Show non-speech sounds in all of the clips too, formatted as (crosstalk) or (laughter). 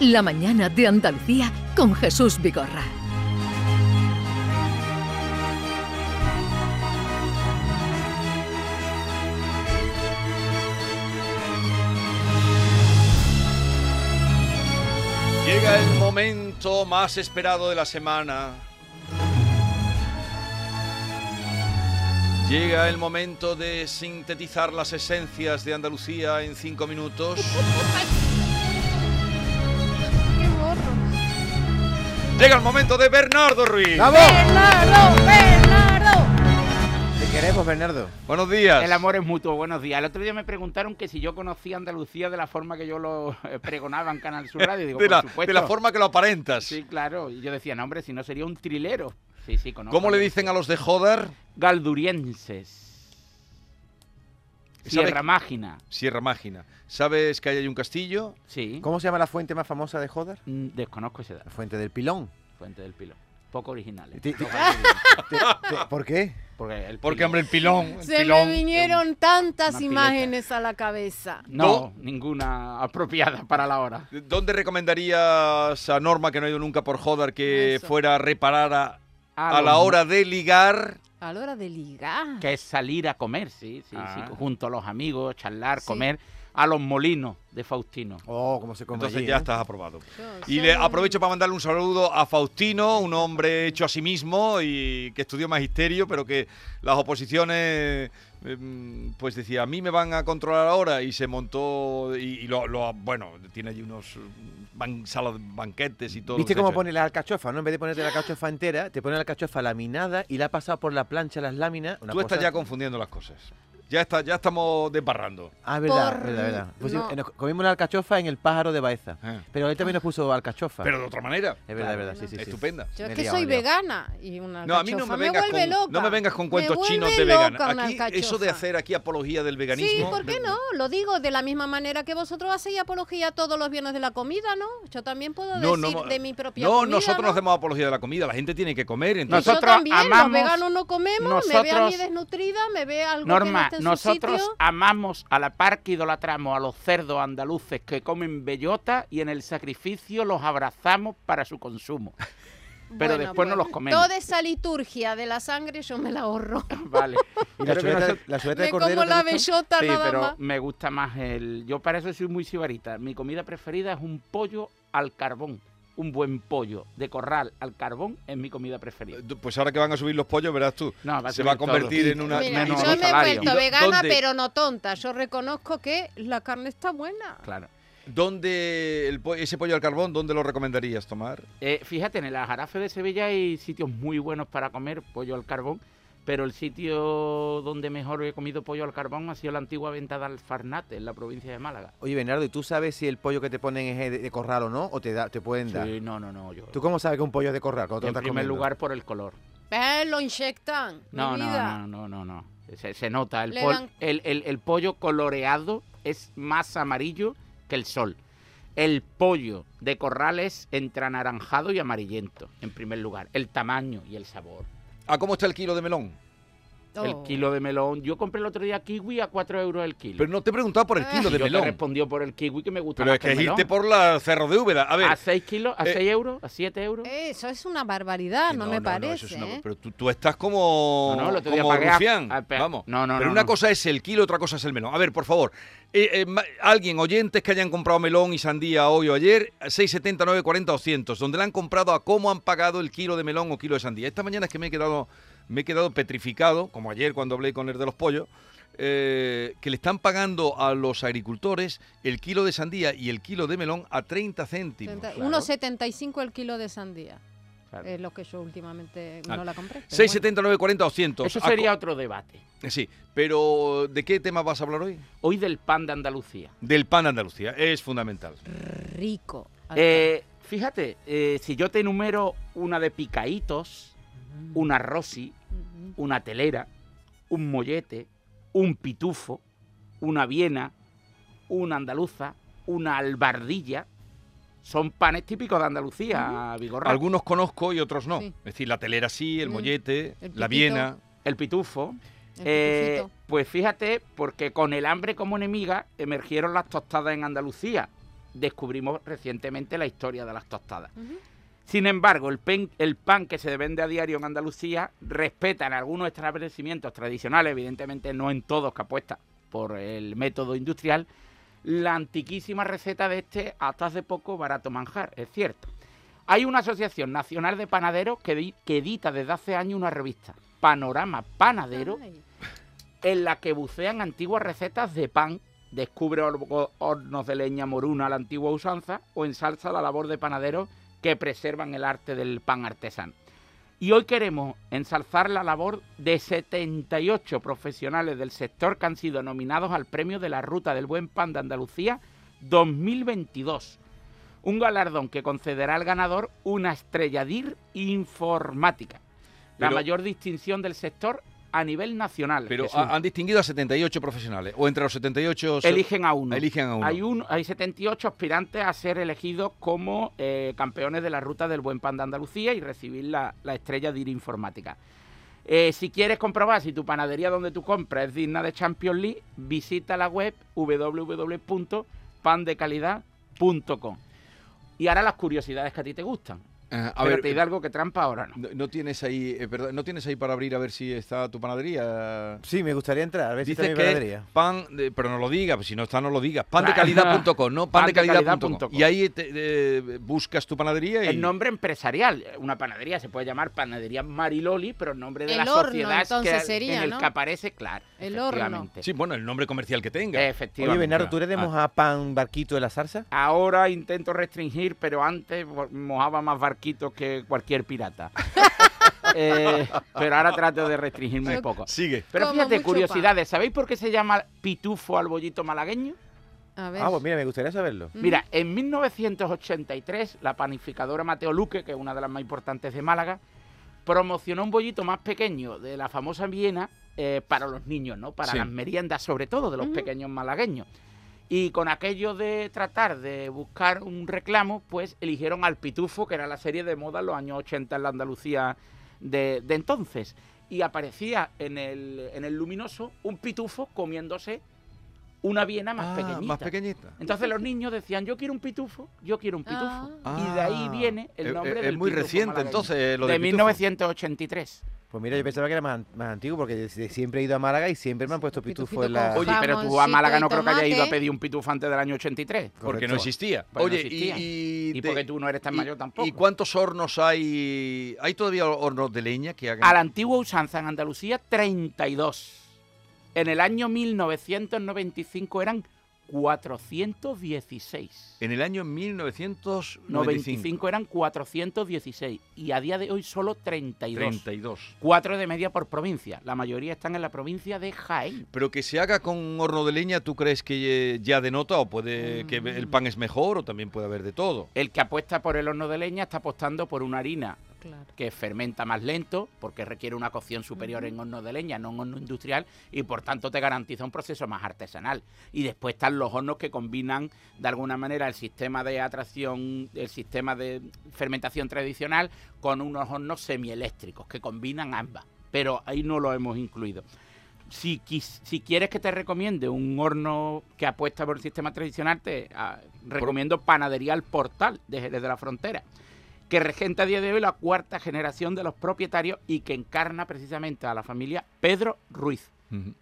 La mañana de Andalucía con Jesús Vigorra. Llega el momento más esperado de la semana. Llega el momento de sintetizar las esencias de Andalucía en cinco minutos. ¡Qué morro! Llega el momento de Bernardo Ruiz. ¡Bernardo! ¡Bernardo! Te queremos, Bernardo. Buenos días. El amor es mutuo, buenos días. El otro día me preguntaron que si yo conocía Andalucía de la forma que yo lo (laughs) eh, pregonaba en Canal Sur Radio. Digo, de, por la, supuesto. de la forma que lo aparentas. Sí, claro. Y yo decía, no, hombre, si no sería un trilero. Sí, sí, conozco. ¿Cómo le dicen a los de Jodar? Galdurienses. ¿Sabes? Sierra Mágina. Sierra Mágina. ¿Sabes que ahí hay un castillo? Sí. ¿Cómo se llama la fuente más famosa de Jodar? Mm, Desconozco ese dato. La fuente del pilón. Fuente del Pilo. Poco originales. Ti- ti- te- te- ¿Por qué? Porque el Porque, Pilo- hombre, el pilón. el Se me pilón. vinieron tantas Una pileta. imágenes a la cabeza. No, ninguna apropiada para la hora. ¿Dónde recomendarías a Norma, que no ha ido nunca por Jodar, que Eso. fuera a reparar a, a los la hora de ligar? A la hora de ligar. que es salir a comer, sí, sí, Ah. sí, junto a los amigos, charlar, Sí. comer, a los molinos de Faustino. Oh, cómo se come Entonces allí, ya ¿eh? estás aprobado. Yo Y le soy- aprovecho para mandarle un saludo a Faustino, un hombre hecho a sí mismo y que estudió magisterio, pero que las oposiciones, em, pues decía, a mí me van a controlar ahora y se montó y, y lo, lo- bueno, tiene allí unos eh, ban- salas de banquetes y todo. lo ¿Viste que se ha cómo hecho. pone la alcachofa? ¿no? En vez de ponerte la alcachofa entera, te pone la alcachofa laminada y la ha pasado por la plancha las láminas. Una Tú estás cosa- ya confundiendo las cosas. Ya está, ya estamos desbarrando. Ah, verdad, Por- verdad, verdad. Pues sí, no. eh, nos comimos la alcachofa en el pájaro de Baeza. Ah. Pero él también nos puso alcachofa. Pero de otra manera. es verdad, es verdad, Claro, sí, sí, sí. Estupenda. Me Yo es he que liado, soy me he liado. vegana y una No, a mí no me alcachofa vengas, vuelve con, no loca. me vengas con cuentos vuelve chinos de loca vegano. una Aquí, eso de alcachofa. hacer aquí apología del Sí, veganismo. ¿por qué no? Lo digo de la misma manera que vosotros hacéis apología todos los viernes de la comida, ¿no? Yo también puedo No, decir no, de mi propia No, comida, nosotros no ¿no? hacemos apología de la comida, la gente tiene que comer. Y Entonces, yo Nosotros también, amamos- los veganos no comemos, me ve a mí nosotros- desnutrida, me ve algo Norma, que no esté en nosotros su sitio. amamos a la par que idolatramos a los cerdos andaluces que comen bellota y en el sacrificio los abrazamos para su (laughs) consumo. (laughs) pero después no los comemos. Toda esa liturgia de la sangre yo me la ahorro. Vale. Y la Creo que chuleta, nosotros- la chuleta de Me cordero. como ¿te la gusta? bellota Sí, nada pero más. me gusta más el... Yo para eso soy muy sibarita. Mi comida preferida es un pollo al carbón. Un buen pollo de corral al carbón es mi comida preferida. eh, pues ahora que van a subir los pollos, verás tú. No, va a se va a subir todo. convertir en una. Mira, menos yo los me he salarios. puesto ¿Y dó- vegana, dónde? pero no tonta. Yo reconozco que la carne está buena. Claro. ¿Dónde el po- ese pollo al carbón, dónde lo recomendarías tomar? Eh, fíjate, en el Aljarafe de Sevilla hay sitios muy buenos para comer pollo al carbón, pero el sitio donde mejor he comido pollo al carbón ha sido la antigua venta de Alfarnate, en la provincia de Málaga. Oye, Bernardo, ¿y tú sabes si el pollo que te ponen es eh, de, de corral o no? ¿O te, da, te pueden dar? Sí, no, no, no. Yo, ¿Tú cómo sabes que un pollo es de corral? Cuando te lo en estás primer comiendo? lugar, por el color. Eh, lo inyectan. No, mi no, vida. no, no, no, no. Se, se nota. El, Le pol- dan- el- el- el pollo coloreado es más amarillo que el sol. El pollo de corral es entre anaranjado y amarillento, en primer lugar. El tamaño y el sabor. ¿A cómo está el kilo de melón? Oh. El kilo de melón. Yo compré el otro día kiwi a 4 euros el kilo. Pero no te he preguntado por el Ah. kilo Y de yo te melón. respondió por el kiwi que me gusta Pero más es que el es irte melón. por la Cerro de Úbeda. A ver, ¿A 6 kilos? ¿A eh, 6 euros? ¿A 7 euros? Eso es una barbaridad, Que Ah, no, me eso parece. es una- ¿eh? Pero tú, tú estás como, No, no, el otro día como pagué a- rufián, a- pe- vamos. No, no, pero no, una no. cosa es el kilo, otra cosa es el melón. A ver, por favor, eh, eh, ma- alguien, oyentes que hayan comprado melón y sandía hoy o ayer, 670, 940, 200, donde le han comprado a cómo han pagado el kilo de melón o kilo de sandía. Esta mañana es que me he quedado, me he quedado petrificado, como ayer cuando hablé con el de los pollos, eh, que le están pagando a los agricultores el kilo de sandía y el kilo de melón a 30 céntimos. Treinta- claro. 1,75 el kilo de sandía. Claro. Es lo que yo últimamente Ah. no la compré. pero 670, 940, 200. Eso A ah, co- sería otro debate. Sí, pero ¿de qué tema vas a hablar hoy? Hoy del pan de Andalucía. Del pan Andalucía, es fundamental. bueno, rico. Eh, fíjate, eh, si yo te enumero una de picaditos, una rosy, Mm, una telera, un mollete, un pitufo, una viena, una andaluza, una albardilla, son panes típicos de Andalucía, Vigorra. Algunos conozco y otros no. Sí. Es decir, la telera sí, el Mm. mollete, El la pitito. viena. El pitufo. el Eh, pitufito. pues fíjate, porque con el hambre como enemiga emergieron las tostadas en Andalucía. descubrimos recientemente la historia de las tostadas. Ujú. Sin embargo, el, pen- el pan que se vende a diario en Andalucía respeta en algunos establecimientos tradicionales, evidentemente no en todos que apuesta por el método industrial, la antiquísima receta de este hasta hace poco barato manjar, es cierto. Hay una asociación nacional de panaderos que, di- que edita desde hace años una revista, Panorama Panadero, Ay. en la que bucean antiguas recetas de pan, descubre hor- hornos de leña moruna a la antigua usanza o ensalza la labor de panaderos que preservan el arte del pan artesano. Y hoy queremos ensalzar la labor de 78 profesionales del sector que han sido nominados al premio de la Ruta del Buen Pan de Andalucía 2022. Un galardón que concederá al ganador una estrella DIR informática, la Pero- mayor distinción del sector a nivel nacional. Pero Jesús. ha- han distinguido a 78 profesionales. O entre los 78 se- Eligen a uno. eligen a uno. Hay, un, hay 78 aspirantes a ser elegidos como eh, campeones de la ruta del Buen Pan de Andalucía y recibir la, la estrella de ir informática. Eh, si quieres comprobar si tu panadería donde tú compras es digna de Champions League, visita la web www.pandecalidad.com. Y ahora las curiosidades que a ti te gustan. Ah, a A ver, te Hidalgo, que trampa ahora no. no, no tienes ahí, eh, perdón, no tienes ahí para abrir a ver si está tu panadería. Sí, me gustaría entrar, a ver si está Dices mi que panadería. es pan, de- pero no lo digas, pues si no está no lo digas. Pan de Claro. calidad.com, ¿no? Pan de calidad.com. Pandecalidad.com. Y ahí te- eh, buscas tu panadería y... El nombre empresarial, una panadería se puede llamar panadería Mariloli, pero el nombre de El la horno, sociedad entonces, que, sería, en el ¿no? que aparece, claro. El horno. efectivamente. Sí, bueno, el nombre comercial que tenga. Efectivamente. Oye, Bernardo, ¿tú eres de Ah. mojar pan barquito de la salsa? Ahora intento restringir, pero antes bo- mojaba más barquitos que cualquier (laughs) pirata. Eh, pero ahora trato de restringirme un poco. Sigue. Pero Como fíjate, mucho curiosidades. ¿Sabéis por qué se llama pitufo al bollito malagueño? A ver. Ah, pues mira, me gustaría saberlo. Ujú. Mira, en 1983, la panificadora Mateo Luque, que es una de las más importantes de Málaga, promocionó un bollito más pequeño de la famosa Viena eh, para los niños, ¿no? Para Sí. las meriendas, sobre todo, de los Ujú. pequeños malagueños. Y con aquello de tratar de buscar un reclamo, pues eligieron al Pitufo, que era la serie de moda en los años 80 en la Andalucía de, de entonces. Y aparecía en el, en el luminoso un pitufo comiéndose una Viena más Ah, pequeñita. Más pequeñita. Entonces los niños decían, yo quiero un pitufo, yo quiero un pitufo. Ah. Y de ahí viene el Eh, eh, nombre Es, del muy pitufo reciente malagueño. entonces lo eh, de, de, pitufo. 1983. Pues mira, yo pensaba que era más, más antiguo porque de- de- siempre he ido a Málaga y siempre me han puesto Pitufito pitufo en la... con- Oye, Oye, pero tú a jamoncito Málaga y no creo que hayas ido a tomate. pedir un pitufo antes del año 83. Porque no Correcto. existía. Pues no Oye, existía. y, Y porque tú no eres tan y- mayor tampoco. ¿Y cuántos hornos hay? ¿Hay todavía hornos de leña que hagan? A la antigua usanza en Andalucía, 32. En el año 1995 eran 416. En el año 1995. 95 eran 416 y a día de hoy solo 32. 32. Cuatro de media por provincia. La mayoría están en la provincia de Jaén. Pero que se haga con un horno de leña, ¿tú crees que eh, ya denota o puede que el pan es mejor o también puede haber de todo? El que apuesta por el horno de leña está apostando por una harina Claro. que fermenta más lento, porque requiere una cocción superior en horno de leña, no en horno industrial, y por tanto te garantiza un proceso más artesanal. Y después están los hornos que combinan de alguna manera el sistema de atracción, el sistema de fermentación tradicional, con unos hornos semieléctricos, que combinan ambas. Pero ahí no lo hemos incluido. Si, quis- si quieres que te recomiende un horno que apuesta por el sistema tradicional, te ah, recomiendo Panadería El Portal, de Jerez de la Frontera que regenta a día de hoy la cuarta generación de los propietarios y que encarna precisamente a la familia Pedro Ruiz. Ujú.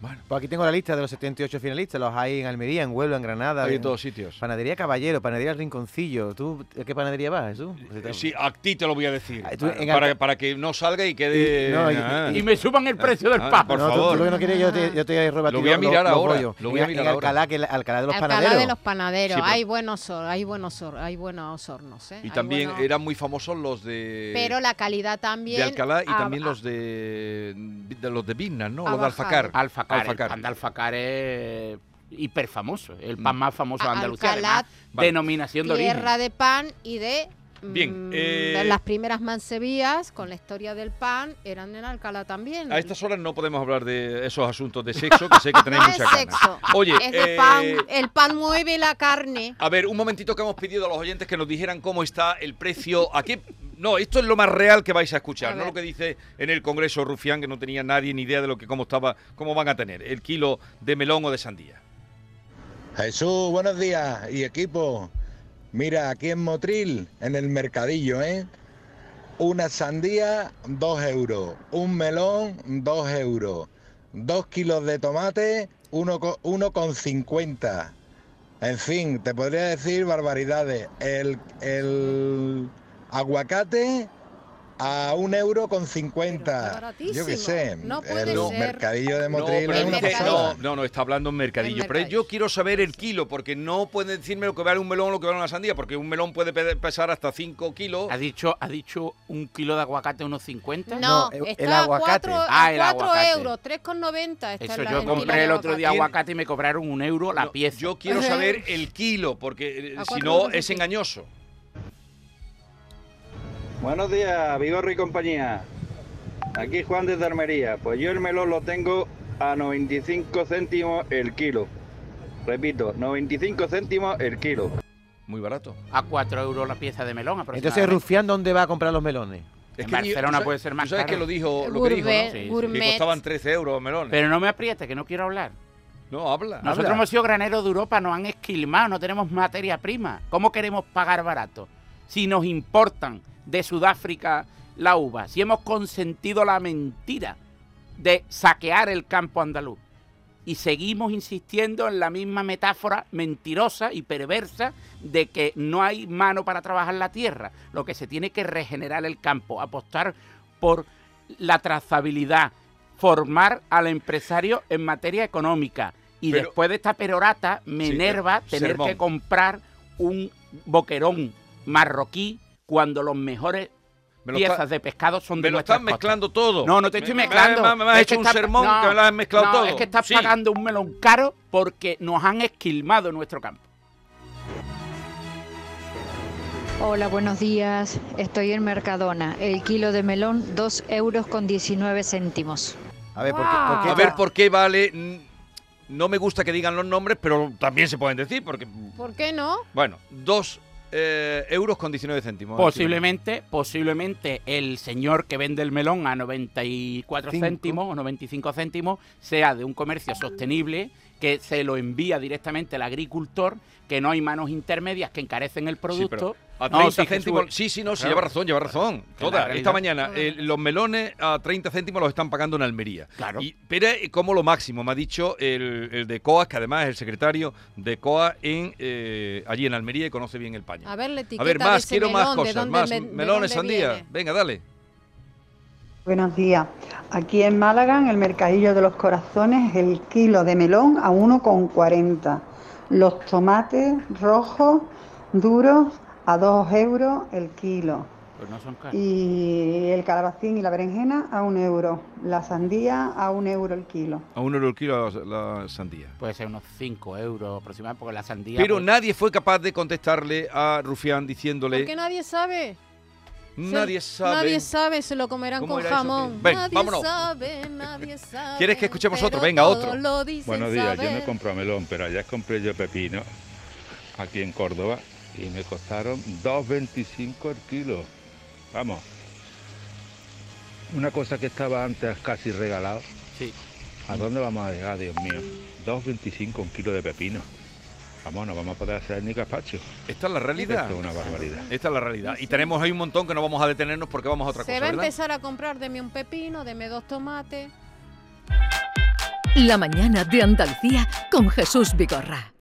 Bueno, Pues aquí tengo la lista de los 78 finalistas, los hay en Almería, en Huelva, en Granada. hay en en- todos sitios. Panadería Caballero, Panadería El Rinconcillo. ¿Tú a qué panadería vas, Jesús? Pues Eh, Sí, a ti te lo voy a decir. Ah, tú en para, Alca- para que no salga y quede. Y- no, y- Ah. Y me suban el precio del Ah, papo. por no, tú- favor. Tú, lo que no quieres, yo te, yo te robo a ti Lo voy a los- mirar los ahora, bollos. lo voy a En- mirar en ahora. Alcalá, que la- Alcalá de los Alcalá Panaderos. de los panaderos, Sí, pero- hay buenos hor- hay buenos hor- hay buenos hornos, ¿eh? Y Hay también buenos- eran muy famosos los de, pero la calidad también de Alcalá y ha- también ha- los de, de los de Vigna, ¿no? ha Los de bajado. Alfacar. Alfacar, Alfacar. el pan de Alfacar es hiper famoso, el pan más famoso de A- Andalucía, Alcalá, además, Vale. denominación de origen. tierra de pan y de mm, Bien, eh, de las primeras mansevías con la historia del pan eran en Alcalá también. A Ah, estas horas no podemos hablar de esos asuntos de sexo, que (laughs) sé que tenéis no es mucha ganas. sexo, Oye, es de eh, pan, el pan mueve la carne. A ver, un momentito que hemos pedido a los oyentes que nos dijeran cómo está el precio. Aquí, no, esto es lo más real que vais a escuchar, A no ver. lo que dice en el Congreso Rufián, que no tenía nadie ni idea de lo que cómo estaba, cómo van a tener el kilo de melón o de sandía. Jesús, buenos días y equipo. Mira, aquí en Motril, en el mercadillo, ¿eh? Una sandía, 2 euros. Un melón, 2 euros. Dos kilos de tomate, 1,50. En fin, te podría decir barbaridades. El, el aguacate a un euro Pero con está 50. baratísimo. Yo qué sé. No puede el ser. mercadillo de No, Motril pero es él una dice- mercadillo. pasada. no, no, no, está hablando en mercadillo. En pero mercadillo. yo quiero saber el kilo, porque no puede decirme lo que vale un melón o lo que vale una sandía, porque un melón puede pe- pesar hasta 5 kilos. ¿Ha dicho, ha dicho un kilo de aguacate unos 50? No, No, el está a aguacate. 4 Ah, el aguacate. euros, 3,90 está Eso, en la- yo en kilo compré de el otro día aguacate. aguacate y me cobraron un euro la No, pieza. Yo quiero (laughs) saber el kilo, porque eh, ¿A si cuánto no lo es conseguí? engañoso. Buenos días, Vigorri y compañía. Aquí Juan desde Armería. Pues yo el melón lo tengo a 95 céntimos el kilo. Repito, 95 céntimos el kilo. Muy barato. A 4 euros la pieza de melón Entonces, aproximadamente. Rufián, ¿dónde va a comprar los melones? En di- Barcelona tú sabes- puede ser más tú sabes caro. que lo dijo, lo que dijo, Sí, Gourmet, ¿no? sí. Que gourmet. costaban 13 euros melones. Pero no me apriete, que no quiero hablar. no, habla. Nosotros habla. hemos sido graneros de Europa, nos han esquilmado, no tenemos materia prima. ¿Cómo queremos pagar barato? Si nos importan de Sudáfrica la uva, si hemos consentido la mentira de saquear el campo andaluz y seguimos insistiendo en la misma metáfora mentirosa y perversa de que no hay mano para trabajar la tierra, lo que se tiene que regenerar el campo, apostar por la trazabilidad, formar al empresario en materia económica. Y Pero- después de esta perorata me Sí, enerva eh, tener sermón. que comprar un boquerón marroquí cuando los mejores Me lo piezas está- de pescado son me de lo nuestras estás costas. mezclando todo. No, no te estoy Me- mezclando. Me, me- me has Es que hecho un está- sermón no, que me lo has mezclado no, todo. Es que estás Sí. pagando un melón caro porque nos han esquilmado en nuestro campo. Hola, buenos días. Estoy en Mercadona. El kilo de melón, 2 euros con 19 céntimos. A ver, ¿por qué? por qué A ver va- por qué vale. mm, No me gusta que digan los nombres, pero también se pueden decir, porque, ¿Por qué no? bueno, 2 euros con 19 céntimos. Posiblemente, posiblemente el señor que vende el melón a 94 Cinco. céntimos o 95 céntimos sea de un comercio sostenible que se lo envía directamente al agricultor, que no hay manos intermedias que encarecen el Sí, pero producto. a No, 30 sí, Jesús, céntimos. Sí, sí, no, sí, Claro. lleva razón, lleva razón. la Toda. Esta realidad- mañana, eh, los melones a 30 céntimos los están pagando en Almería. Claro. Y- pero eh, como lo máximo, me ha dicho el, el de COAS, que además es el secretario de COAS en, eh, allí en Almería y conoce bien el paño. A ver, la etiqueta A ver, de más, ese quiero melón, más ¿de cosas, dónde más. le- de Melones, dónde sandía. viene? Venga, dale. Buenos días. Aquí en Málaga, en el Mercadillo de los Corazones, el kilo de melón a 1,40. Los tomates rojos duros a 2 euros el kilo. Pues no son caros. Y el calabacín y la berenjena a 1 euro. La sandía a 1 euro el kilo. A un euro el kilo la, la sandía. Puede ser unos 5 euros aproximadamente, porque la sandía... Pero pues, nadie fue capaz de contestarle a Rufián diciéndole, ¿Por qué nadie sabe? Se- nadie sabe. Nadie sabe, se lo comerán ¿Cómo con era eso jamón. que- Ven, nadie vámonos. sabe, nadie sabe. ¿Quieres que escuchemos pero otro? Venga, todos otro. lo dicen Buenos días, yo no saber. compro melón, pero allá compré yo pepino, aquí en Córdoba, y me costaron 2,25 el kilo. Vamos. Una cosa que estaba antes casi regalado. Sí. ¿A dónde vamos a llegar, Dios mío? 2,25 un kilo de pepino. Vamos, no vamos a poder hacer ni gazpacho. Esta es la realidad. Esto es una barbaridad. Esta es la realidad. Y tenemos ahí un montón que no vamos a detenernos porque vamos a otra Se cosa. va a ¿verdad? empezar a comprar, deme un pepino, deme dos tomates. La mañana de Andalucía con Jesús Vigorra.